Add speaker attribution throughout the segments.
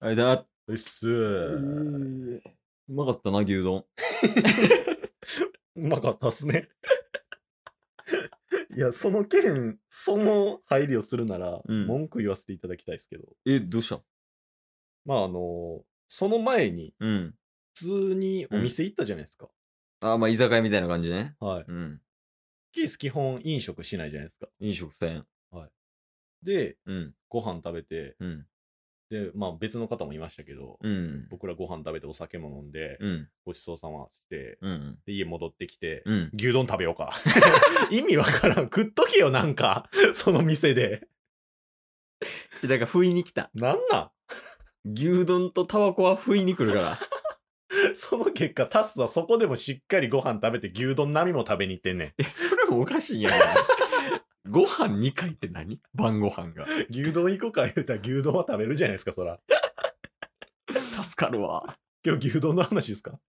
Speaker 1: はい、だー
Speaker 2: うっす
Speaker 1: う
Speaker 2: ー。
Speaker 1: ーうまかったな、牛丼。
Speaker 2: うまかったっすね。 いや、その件、その配慮するなら、
Speaker 1: うん
Speaker 2: 文句言わせていただきたいですけど、
Speaker 1: え、どうした
Speaker 2: まあ、あの、その前に、
Speaker 1: うん。
Speaker 2: 普通にお店行ったじゃないですか。
Speaker 1: あ、まあ、居酒屋みたいな感じね。
Speaker 2: はい。
Speaker 1: うん。
Speaker 2: キース基本飲食しないじゃないですか。
Speaker 1: 飲食店。
Speaker 2: で、
Speaker 1: うん。
Speaker 2: ご飯食べて、
Speaker 1: うん。
Speaker 2: で、まあ別の方もいましたけど、
Speaker 1: うん。
Speaker 2: 僕らご飯食べてお酒も飲んで、
Speaker 1: うん。
Speaker 2: ごちそうさまして、
Speaker 1: うん。
Speaker 2: で、家戻ってきて、
Speaker 1: うん。
Speaker 2: 牛丼食べようか。 意味わからん。食っとけよ、なんか。 その店で。
Speaker 1: だから、不意に来た。
Speaker 2: なんなん
Speaker 1: 牛丼とタバコは不意に来るから。
Speaker 2: その結果、タスはそこでもしっかりご飯食べて牛丼並みも食べに行ってん ね
Speaker 1: え、それもおかしいんやん。 ご飯2回って何晩ご飯が。
Speaker 2: ん。牛丼行こうか言うたら牛丼は食べるじゃないですか、そら。
Speaker 1: 助かるわ。
Speaker 2: 今日牛丼の話ですか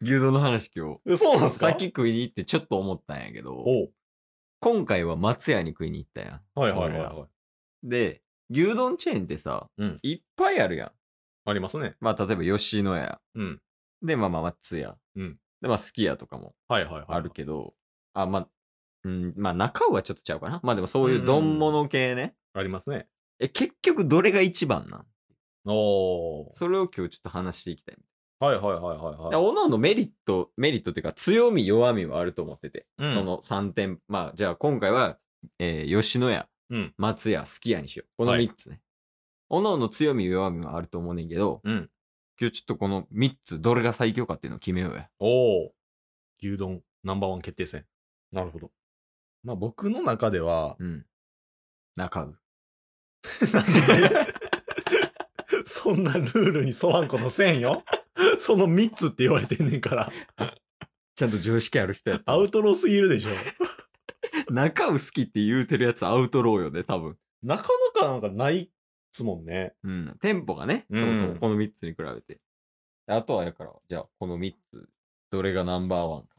Speaker 1: 牛丼の話今日。
Speaker 2: え そうなんですか
Speaker 1: さっき食いに行ってちょっと思ったんやけど、
Speaker 2: おう
Speaker 1: 今回は松屋に食いに行ったやん。
Speaker 2: はいはいはい
Speaker 1: 俺ら
Speaker 2: はい。
Speaker 1: で、牛丼チェーンってさ、
Speaker 2: うん
Speaker 1: いっぱいあるやん。
Speaker 2: ありますね。
Speaker 1: まあ、例えば吉野家。
Speaker 2: うん。
Speaker 1: で、まあまあ松屋。
Speaker 2: うん
Speaker 1: で、まあすき家とかも
Speaker 2: はいはいはい。
Speaker 1: あるけど、あ、まあ、うん、まあ中尾はちょっとちゃうかな。まあでもそういう丼物系ね。
Speaker 2: ありますね。
Speaker 1: え、結局どれが一番なん
Speaker 2: おー
Speaker 1: それを今日ちょっと話していきたい。
Speaker 2: はいはいはいはいはい。
Speaker 1: おのおのメリット、メリットっていうか強み弱みはあると思ってて、
Speaker 2: うん
Speaker 1: その3点、まあじゃあ今回は、えー吉野家、
Speaker 2: うん
Speaker 1: 松屋、すき家にしよう。この
Speaker 2: はい
Speaker 1: 3つね。おのおの強み弱みはあると思うねんけど、
Speaker 2: うん。
Speaker 1: 今日ちょっとこの3つどれが最強かっていうのを決めようや。
Speaker 2: おお牛丼ナンバーワン決定戦。なるほど。まあ僕の中では、
Speaker 1: うん。中う。
Speaker 2: そんなルールに沿わんことせんよ。その3つって言われてんねんから。
Speaker 1: ちゃんと常識ある人やった
Speaker 2: アウトローすぎるでしょ。
Speaker 1: 中う好きって言うてるやつアウトローよね、多分。
Speaker 2: なかなかなんかないっすもんね。
Speaker 1: うん。テンポがね、
Speaker 2: うん
Speaker 1: そもそもこの3つに比べて。あとはやから、じゃあこの3つ、どれがナンバーワンか。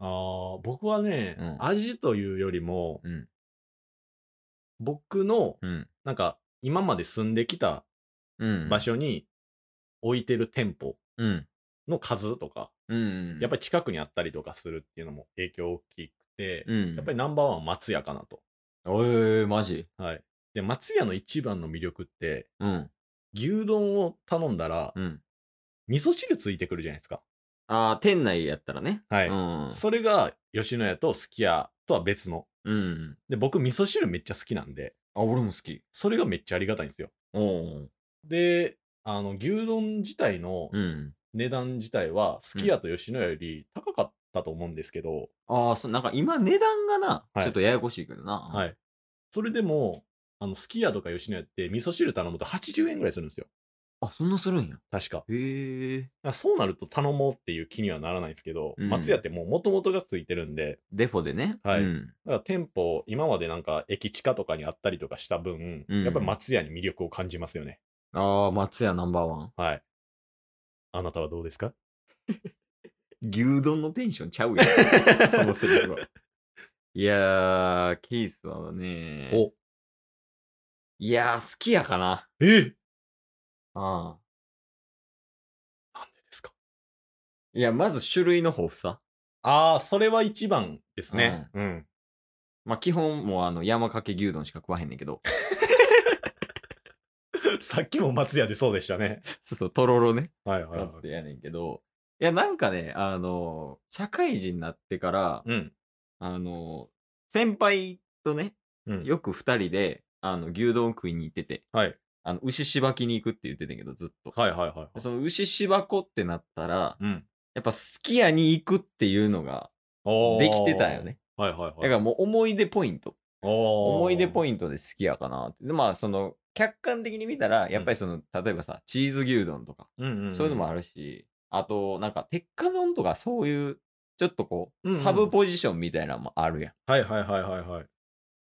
Speaker 2: あー僕はね、
Speaker 1: うん
Speaker 2: 味というよりも、
Speaker 1: うん
Speaker 2: 僕の
Speaker 1: うん。
Speaker 2: なんか今まで住んできた
Speaker 1: うん。
Speaker 2: 場。所に置いてる店舗
Speaker 1: うん。
Speaker 2: の数とか、
Speaker 1: うん。
Speaker 2: やっぱ
Speaker 1: り、
Speaker 2: り近くにあったりとかするっていうのも影響大きくて、
Speaker 1: うん。
Speaker 2: やっぱりナンバーワンは松屋かなと。
Speaker 1: おいおい、マジ。
Speaker 2: はい。で、松屋の一番の魅力って、
Speaker 1: うん。
Speaker 2: 牛丼を頼んだら、
Speaker 1: うん。
Speaker 2: 味噌汁ついてくるじゃないですか。
Speaker 1: ああ、店内やったらね。
Speaker 2: はい。
Speaker 1: うん。
Speaker 2: それが、吉野家とすき家とは別の。
Speaker 1: うん。
Speaker 2: で、僕、味噌汁めっちゃ好きなんで、
Speaker 1: あ、俺も好き。
Speaker 2: それがめっちゃありがたいんですよ。
Speaker 1: おう
Speaker 2: で、あの、牛丼自体の
Speaker 1: うん。
Speaker 2: 値段自体は、すき家と吉野家より高かったと思うんですけど、
Speaker 1: ああ、そう、なんか今値段がな、
Speaker 2: はい
Speaker 1: ちょっとややこしいけどな。。
Speaker 2: はいい。それでも、あの、すき家とか吉野家って味噌汁頼むと80円ぐらいするんですよ。
Speaker 1: あ、そんなするんや。
Speaker 2: 確か。
Speaker 1: へえ。
Speaker 2: あそうなると頼もうっていう気にはならないんですけど、
Speaker 1: うん
Speaker 2: 松屋ってもう元々がついてるんで、
Speaker 1: デフォでね。
Speaker 2: はい
Speaker 1: うん。
Speaker 2: だから店舗、今までなんか駅地下とかにあったりとかした分、
Speaker 1: うん
Speaker 2: やっぱり松屋に魅力を感じますよね。
Speaker 1: ああ、松屋ナンバーワン。
Speaker 2: はい。あなたはどうですか
Speaker 1: 牛丼のテンションちゃうや そのセリフは。いやー、ケースはね。
Speaker 2: お。
Speaker 1: いやー、好きやかな。
Speaker 2: えなんで
Speaker 1: ああ。
Speaker 2: ですか
Speaker 1: いや、まず種類の豊富さ。
Speaker 2: ああ、それは一番ですね。うん。
Speaker 1: まあ、基本もうあの、山かけ牛丼しか食わへんねんけ ど。
Speaker 2: さっきも松屋でそうでしたね。
Speaker 1: そうそう、とろろね。
Speaker 2: はいはい
Speaker 1: だ
Speaker 2: は
Speaker 1: っ
Speaker 2: い。
Speaker 1: てやねんけど。いや、なんかね、あの、社会人になってから、
Speaker 2: うん。
Speaker 1: あの、先輩とね、
Speaker 2: うん、
Speaker 1: よく二人で、あの、牛丼食いに行ってて、
Speaker 2: はい。
Speaker 1: あの、牛しばきに行くって言ってたんやけど、ずっと。
Speaker 2: はいはいはいはい。
Speaker 1: その牛しばこってなったら、
Speaker 2: うん。
Speaker 1: やっぱすき家に行くっていうのが
Speaker 2: おー
Speaker 1: できてたんよ。ね。
Speaker 2: はいはいはい。
Speaker 1: だからもう思い出ポイント。
Speaker 2: 思
Speaker 1: 思い出ポ
Speaker 2: イン
Speaker 1: イントで好きやかなって。でまあその客観的に見たら、やっぱりその、例えばさ、チーズ牛丼とか、
Speaker 2: ト、うんんん
Speaker 1: そういうのもあるし、あとなんか鉄火丼とかそういう、ちょっとこう、
Speaker 2: うんうん
Speaker 1: サブポジションみたいなのもあるやん。
Speaker 2: はいはいはいはいはい。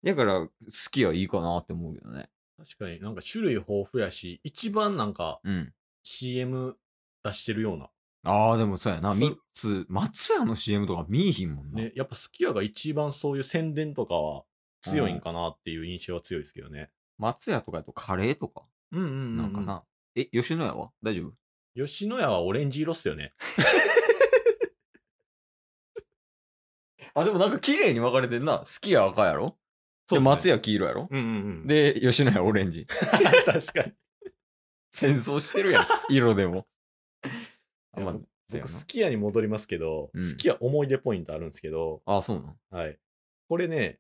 Speaker 1: だから好きはいいかなって思うけどね。
Speaker 2: 確かになんか種類豊富やし、一番なんか
Speaker 1: うん。
Speaker 2: CM 出してるような。
Speaker 1: ああ、でもそうやな。
Speaker 2: そう
Speaker 1: 三つ、松屋の CM とか見えひんもんな。
Speaker 2: ね、やっぱすき家が一番そういう宣伝とかは強いんかなっていう印象は強いですけどね。
Speaker 1: 松屋とかやとカレーとか、
Speaker 2: うんうんうんうん
Speaker 1: なんかな、え、吉野家は大丈夫
Speaker 2: 吉野家はオレンジ色っすよね。
Speaker 1: あ、でもなんか綺麗に分かれてんな。好きや赤やろ
Speaker 2: そうっすね
Speaker 1: で、松屋黄色やろ
Speaker 2: うんうんうん。で、
Speaker 1: で、吉野家オレンジ。
Speaker 2: 確かに。
Speaker 1: 戦争してる やん。色でも。あ、まあ、そうや
Speaker 2: 僕、
Speaker 1: な
Speaker 2: すき家に戻りますけど、
Speaker 1: うん
Speaker 2: すき家思い出ポイントあるんですけど、
Speaker 1: あ、そうなの
Speaker 2: はい。これね、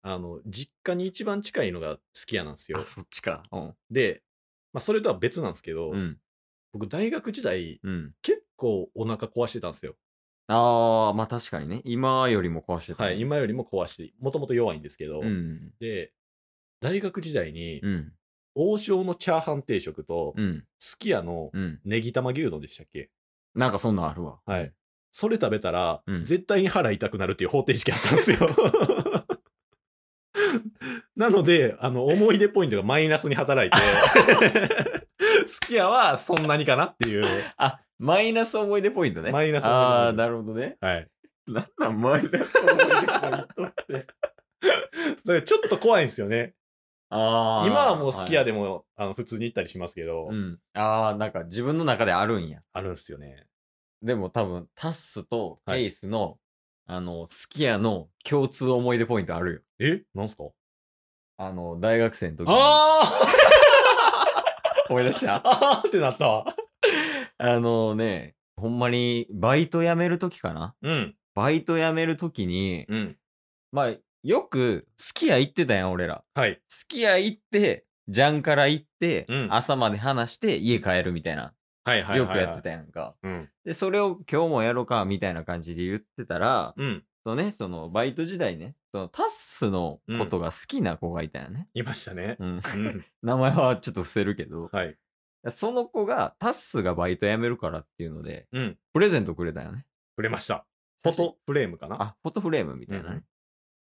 Speaker 2: あの、実家に一番近いのがすき家なんですよ
Speaker 1: あ、。そっちか。うん。
Speaker 2: で、まあ、それとは別なんですけど、
Speaker 1: うん。
Speaker 2: 僕、大学時代、
Speaker 1: うん。
Speaker 2: 結構お腹壊してたんですよ。
Speaker 1: ああ、まあ確かにね。今よりも壊してた。
Speaker 2: はい、。今よりも壊して、もともと弱いんですけど、
Speaker 1: うん。
Speaker 2: で、大学時代に、
Speaker 1: うん。
Speaker 2: 王将のチャーハン定食と、
Speaker 1: うん。
Speaker 2: すき家の
Speaker 1: うん。
Speaker 2: ネギ玉牛丼でしたっけ
Speaker 1: なんかそんなんあるわ。
Speaker 2: はい。それ食べたら、
Speaker 1: うん
Speaker 2: 絶対に腹痛くなるっていう方程式あったん ですよ。なので、あの、思い出ポイントがマイナスに働いて、 すき家はそんなにかなっていう。
Speaker 1: あ、マイナス思い出ポイントね。
Speaker 2: マイナス思い出ポイント
Speaker 1: ああー、なるほどね。
Speaker 2: はい。
Speaker 1: なんなんマイナス思い出ポイントって。
Speaker 2: だからちょっと怖いんですよね。
Speaker 1: ああ。
Speaker 2: 今はもうすき家
Speaker 1: で。
Speaker 2: でも、あの普通に行ったりしますけど、
Speaker 1: うん。ああ、なんか自分の中であるんや。
Speaker 2: あるんですよね。
Speaker 1: でも多分、タッスと
Speaker 2: はい
Speaker 1: ケイスの、あの、スキヤの共通思い出ポイントあるよ。
Speaker 2: えなんすか
Speaker 1: あの、大学生の時に。
Speaker 2: あ
Speaker 1: 思い出し
Speaker 2: ー
Speaker 1: た
Speaker 2: あーってなったわ。
Speaker 1: あのね、ほんまに、バイト辞める時かな
Speaker 2: うん。
Speaker 1: バイト辞める時に、
Speaker 2: うん。
Speaker 1: まあ、よく、スキヤ行ってたやん、俺ら。
Speaker 2: はい。
Speaker 1: スキヤ行って、ジャンから行って、
Speaker 2: うん
Speaker 1: 朝まで話して、家帰るみたいな、
Speaker 2: はいはいはい、
Speaker 1: よくやってたやんか。
Speaker 2: た。うん。
Speaker 1: で、それを今日もやろうか、みたいな感じで言ってたら、
Speaker 2: うん。
Speaker 1: そのね、そのバイト時代ね、そのタッスのことが好きな子がいたよね。
Speaker 2: いましたね。
Speaker 1: うん。
Speaker 2: うん。
Speaker 1: 名前はちょっと伏せるけど、
Speaker 2: はい。
Speaker 1: その子がタッスがバイト辞めるからっていうので、
Speaker 2: うん。
Speaker 1: プレゼントくれたよね。
Speaker 2: 触れました。フォトフレームかな。
Speaker 1: あ、フォトフレームみたいな
Speaker 2: うんう
Speaker 1: ね。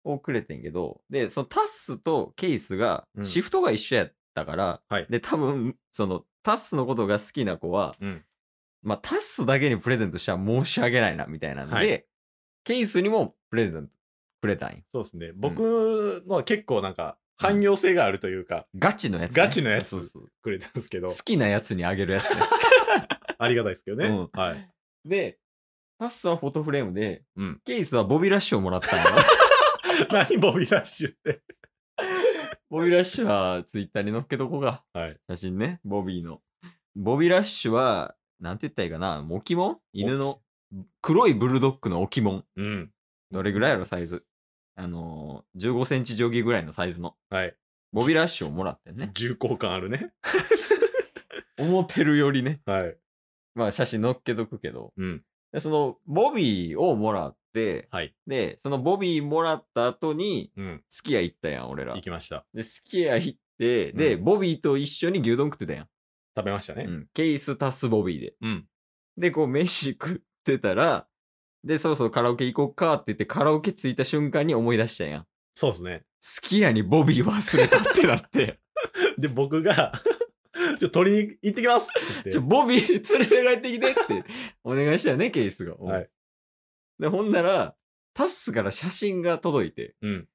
Speaker 1: をくれてんけど、で、そのタッスとケイスが
Speaker 2: うん
Speaker 1: シフトが一緒やったから、
Speaker 2: はい
Speaker 1: で、多分、そのタッスのことが好きな子は、
Speaker 2: うん。
Speaker 1: まあ、タッスだけにプレゼントしたら申し訳ないな、みたいなんで、
Speaker 2: はい
Speaker 1: ケイスにもプレゼントくれたんよ。
Speaker 2: そうですね。僕のは結構なんか、汎用性があるというか、
Speaker 1: ガチのやつ、
Speaker 2: ガチのやつ
Speaker 1: そうそう
Speaker 2: くれたんですけど
Speaker 1: 好、きなやつにあげるやつね。
Speaker 2: ありがたいですけどね。
Speaker 1: うん
Speaker 2: はい。
Speaker 1: で、タッスはフォトフレームで、
Speaker 2: うん。
Speaker 1: ケイスはボビーラッシュをもら ったの。
Speaker 2: 何ボビーラッシュって。
Speaker 1: ボビーラッシュはツイッターに載っけとこが。
Speaker 2: はい。
Speaker 1: 写真ね、ボビーの。ボビーラッシュは、なんて言ったらいいかな、置物犬の、黒いブルドッグの置物。
Speaker 2: うん。
Speaker 1: どれぐらいやろ、サイズ。あのー、15センチ定規ぐらいのサイズの。
Speaker 2: はい。
Speaker 1: ボビーラッシュをもらってんね。
Speaker 2: 重厚感あるね。
Speaker 1: 思ってるよりね。
Speaker 2: はい。
Speaker 1: まあ写真載っけとくけど。
Speaker 2: うん。
Speaker 1: でその、ボビーをもらって、
Speaker 2: はい。
Speaker 1: で、そのボビーもらった後に、
Speaker 2: うん。
Speaker 1: スキヤ行ったやん、俺ら
Speaker 2: 行。きました。
Speaker 1: で、スキヤ行って、で、
Speaker 2: うん
Speaker 1: ボビーと一緒に牛丼食ってたやん。
Speaker 2: 食べました
Speaker 1: う
Speaker 2: ね。
Speaker 1: ん、ケース足すボビーで。
Speaker 2: うん。
Speaker 1: で、こう、飯食ってたら、で、そろそろカラオケ行こうかって言って、カラオケ着いた瞬間に思い出したんやん。
Speaker 2: そうですね。
Speaker 1: スキヤにボビー忘れたってなって、
Speaker 2: で、僕が、 ちょ、取りに行ってきますって
Speaker 1: ちょ、
Speaker 2: 言
Speaker 1: ボ
Speaker 2: って。
Speaker 1: ビー 連れて帰ってきてって、お願いしたよね、ケースが。
Speaker 2: はい。
Speaker 1: で、ほんなら、タッスから写真が届いて、
Speaker 2: うん。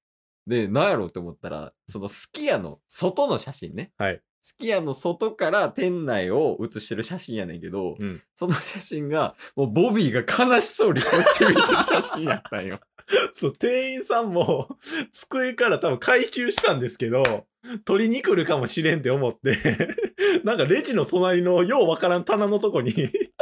Speaker 1: で、なんやろうって思ったら、そのスキヤの外の写真ね。
Speaker 2: はい。
Speaker 1: スキヤの外から店内を写してる写真やねんけど、
Speaker 2: うん。
Speaker 1: その写真が、もうボビーが悲しそうにこっち見てる写真やったんよ。
Speaker 2: そう、店員さんも、机から多分回収したんですけど、取りに来るかもしれんって思って、 なんかレジの隣のようわからん棚のとこに、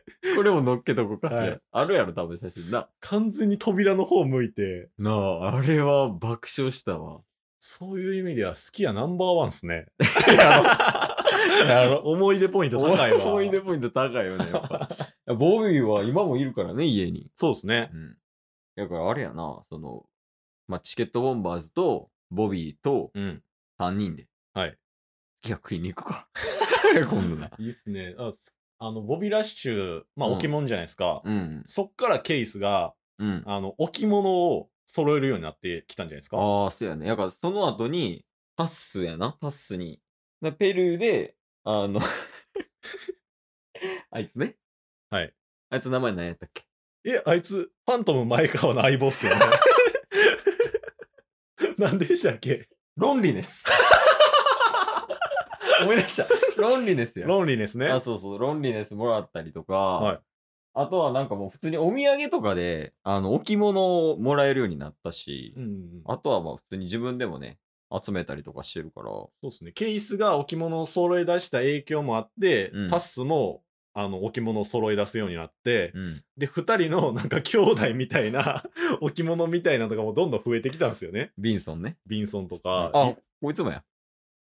Speaker 1: これも乗っけとこうかしら、
Speaker 2: はい
Speaker 1: あるやろ、多分写真な。
Speaker 2: 完全に扉の方向いて、
Speaker 1: なあ、あれは爆笑した わ。
Speaker 2: そういう意味では好きやナンバーワンっすね。
Speaker 1: やろ
Speaker 2: 思い出ポイント高いわ。
Speaker 1: 思い出ポイント高いよね、やっ ぱ。ボビーは今もいるからね、家に。
Speaker 2: そうですね。
Speaker 1: うん。だからあれやな、その、まあ、チケットボンバーズと、ボビーと
Speaker 2: うん。
Speaker 1: 3人で。
Speaker 2: はい。
Speaker 1: いや、食いに行く か。今 度な。
Speaker 2: いいっすね。あすあの、ボビーラッシュ、まあ、
Speaker 1: うん
Speaker 2: 置物じゃないですか。
Speaker 1: うん。
Speaker 2: そっからケースが、
Speaker 1: うん。
Speaker 2: あの、置物を揃えるようになってきたんじゃないですか。は
Speaker 1: ああ、そうやね。だからその後に、タッスやな、タッスに。でペルーで、あの、あいつね。
Speaker 2: い。
Speaker 1: あいつ名前何やったっけ
Speaker 2: え、あいつ、ファントム前川の相棒っす よね。なんでしたっけ
Speaker 1: ロンリネス。思い出した。ロンリネスや。
Speaker 2: ロンリネスね。
Speaker 1: あ、そうそう、ロンリネスもらったりとか、
Speaker 2: はい
Speaker 1: あとはなんかもう普通にお土産とかで、あの、置物をもらえるようになったし、
Speaker 2: うんうん。
Speaker 1: あとはまあ普通に自分でもね、集めたりとかしてるから、
Speaker 2: そうですね。ケイスが置物を揃え出した影響もあって、
Speaker 1: うん
Speaker 2: タッスも、あの、置物を揃え出すようになって、
Speaker 1: うん。
Speaker 2: で、二人のなんか兄弟みたいな、 置物みたいなのとかもどんどん増えてきたんですよね。
Speaker 1: ビンソンね。
Speaker 2: ビンソンと
Speaker 1: あ
Speaker 2: か。、
Speaker 1: こいつもや。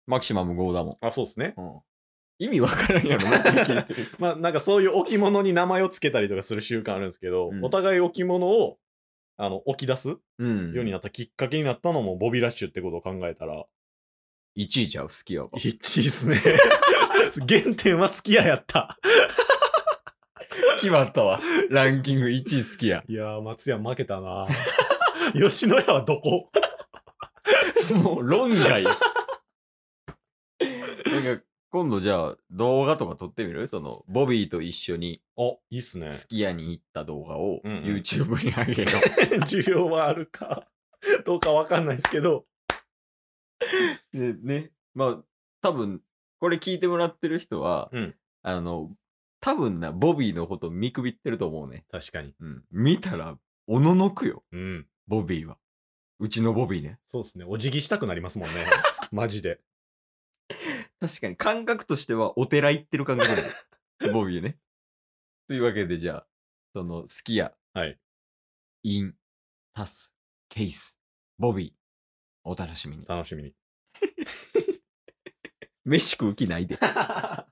Speaker 1: マキシマムゴーだも
Speaker 2: あそうですね。
Speaker 1: ん。意味わからんやろなって聞いてる
Speaker 2: まあ、なんかそういう置物に名前をつけたりとかする習慣あるんですけど、
Speaker 1: うん
Speaker 2: お互い置物を、あの、置き出すよ
Speaker 1: うん。
Speaker 2: うになったきっかけになったのも、ボビーラッシュってことを考えたら、
Speaker 1: 1位ちゃう、好きやわ。
Speaker 2: 一致ですね。 原点は好きややった。
Speaker 1: 決まったわ。ランキング1位好きや。
Speaker 2: いやー、松山負けたな吉野家はどこ
Speaker 1: もう論外。なんか今度じゃあ動画とか撮ってみるそのボビーと一緒に
Speaker 2: お、いいっすね。
Speaker 1: すき家に行った動画を
Speaker 2: うんうん
Speaker 1: YouTube に上げよ
Speaker 2: 需要はあるか、どうかわかんないですけ
Speaker 1: う。
Speaker 2: ど。
Speaker 1: でね。まあ多分これ聞いてもらってる人は、
Speaker 2: うん
Speaker 1: あの多分なボビーのこと見くびってると思うね。
Speaker 2: 確かに。
Speaker 1: うん、見たらおののくよ
Speaker 2: うん。
Speaker 1: ボビーは。うちのボビーね。
Speaker 2: そうですね。お辞儀したくなりますもんね。マジで。
Speaker 1: 確かに感覚としてはお寺行ってる感覚だ よボビーね。というわけでじゃあ、その、すき家、
Speaker 2: はい。
Speaker 1: イン、タス、ケイス、ボビー、 お楽しみに。
Speaker 2: 楽しみに。
Speaker 1: 飯食う気ないで。
Speaker 2: はははは